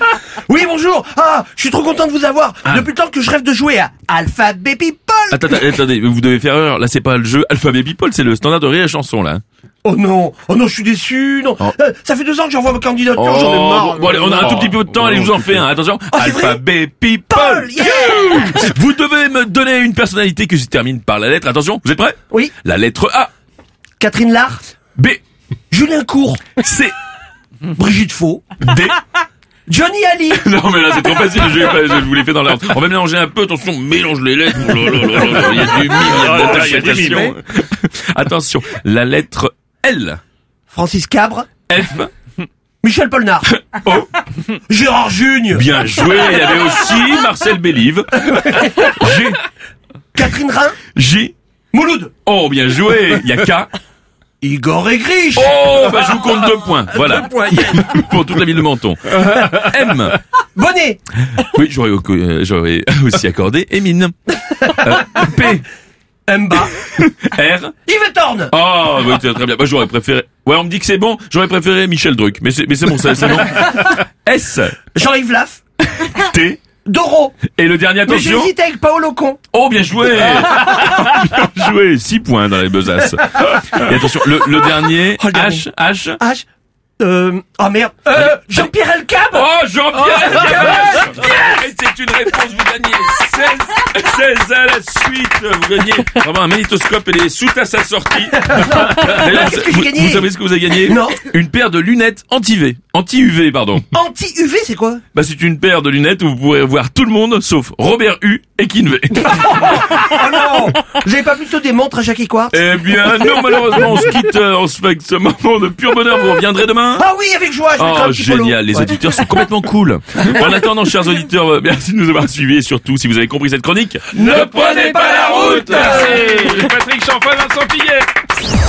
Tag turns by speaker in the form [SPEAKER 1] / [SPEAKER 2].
[SPEAKER 1] Oui, bonjour. Ah, je suis trop content de vous avoir. Depuis le temps que je rêve de jouer à Alphabet People.
[SPEAKER 2] Ah. Attends, attends, attendez, vous devez faire erreur. Là, c'est pas le jeu Alphabet People, c'est le standard de rire et chanson, là.
[SPEAKER 1] Oh non, oh non, je suis déçu. Non, Euh, ça fait deux ans que j'envoie ma candidature. J'en ai marre.
[SPEAKER 2] Oh.
[SPEAKER 1] Ah,
[SPEAKER 2] bon, bon, allez, on a un tout petit peu de temps, allez, je vous en fais un, attention.
[SPEAKER 1] c'est vrai
[SPEAKER 2] Alphabet People
[SPEAKER 1] Paul, yeah
[SPEAKER 2] Vous devez me donner une personnalité que se termine par la lettre, attention, vous êtes prêts
[SPEAKER 1] Oui,
[SPEAKER 2] La lettre A,
[SPEAKER 1] Catherine Lard,
[SPEAKER 2] B,
[SPEAKER 1] Julien Cour,
[SPEAKER 2] C,
[SPEAKER 1] Brigitte Faux,
[SPEAKER 2] D.
[SPEAKER 1] Johnny Ali.
[SPEAKER 2] Non mais là c'est trop facile, je, vais pas- je vous l'ai fait dans l'ordre. On va mélanger un peu, attention, mélange les lettres. Oh là là là là, Il y a du mime,
[SPEAKER 1] Oh
[SPEAKER 2] il y a de l'interprétation. Attention, la lettre L,
[SPEAKER 1] Francis Cabre,
[SPEAKER 2] F,
[SPEAKER 1] Michel Polnareff,
[SPEAKER 2] O.
[SPEAKER 1] Gérard Jugne,
[SPEAKER 2] Oh. Bien joué, il y avait aussi Marcel Bélive. G,
[SPEAKER 1] Catherine Rhin,
[SPEAKER 2] J,
[SPEAKER 1] Mouloud,
[SPEAKER 2] Oh, bien joué Il y a K.
[SPEAKER 1] Igor Egrich.
[SPEAKER 2] Oh, bah je vous compte deux points. Voilà. Pour toute la ville de Menton. M.
[SPEAKER 1] Bonnet,
[SPEAKER 2] Oui, j'aurais euh, j'aurais aussi accordé Émine. Euh, P.
[SPEAKER 1] Mba,
[SPEAKER 2] R.
[SPEAKER 1] Yves Thorne.
[SPEAKER 2] Oh, oui, c'est très bien. Bah, j'aurais préféré... Ouais, on me dit que c'est bon. J'aurais préféré Michel Druck. Mais c'est mais c'est bon, c'est c'est bon. S.
[SPEAKER 1] Jean-Yves Laff,
[SPEAKER 2] T.
[SPEAKER 1] Doro.
[SPEAKER 2] Et le dernier,
[SPEAKER 1] Mais j'ai
[SPEAKER 2] attention.
[SPEAKER 1] hésité avec Paolo Con.
[SPEAKER 2] Oh, bien joué Bien joué 6 points dans les besaces. Et attention, le, le dernier,
[SPEAKER 1] Oh, le dernier.
[SPEAKER 2] H, H...
[SPEAKER 1] H. Euh, oh merde. Euh, Jean-Pierre Elkab.
[SPEAKER 2] Oh, Jean-Pierre Jean-Pierre Et C'est une réponse, vous gagnez 16, 16 à la suite Vous gagnez vraiment un magnétoscope et des soutes à sa sortie D'ailleurs,
[SPEAKER 1] Qu'est-ce que
[SPEAKER 2] vous,
[SPEAKER 1] j'ai gagné
[SPEAKER 2] vous savez ce que vous avez gagné
[SPEAKER 1] Non.
[SPEAKER 2] Une paire de lunettes anti-V, anti-UV, pardon.
[SPEAKER 1] Anti-UV, c'est quoi
[SPEAKER 2] Bah, c'est une paire de lunettes où vous pourrez voir tout le monde, sauf Robert U et Kinvey.
[SPEAKER 1] Oh non Vous avez pas plutôt des montres à Jackie Quartz
[SPEAKER 2] eh bien, non, malheureusement, on se quitte, euh, on se fait avec ce moment de pur bonheur, vous reviendrez demain
[SPEAKER 1] Ah oui, avec joie, je mettrai un
[SPEAKER 2] Oh,
[SPEAKER 1] petit polo.
[SPEAKER 2] génial, les
[SPEAKER 1] Ouais.
[SPEAKER 2] auditeurs sont complètement cool. En attendant, chers auditeurs, euh, merci de nous avoir suivis et surtout, si vous avez compris cette chronique,
[SPEAKER 1] Euh,
[SPEAKER 3] Ne prenez pas la route Merci Patrick Chanfray, Vincent Piguet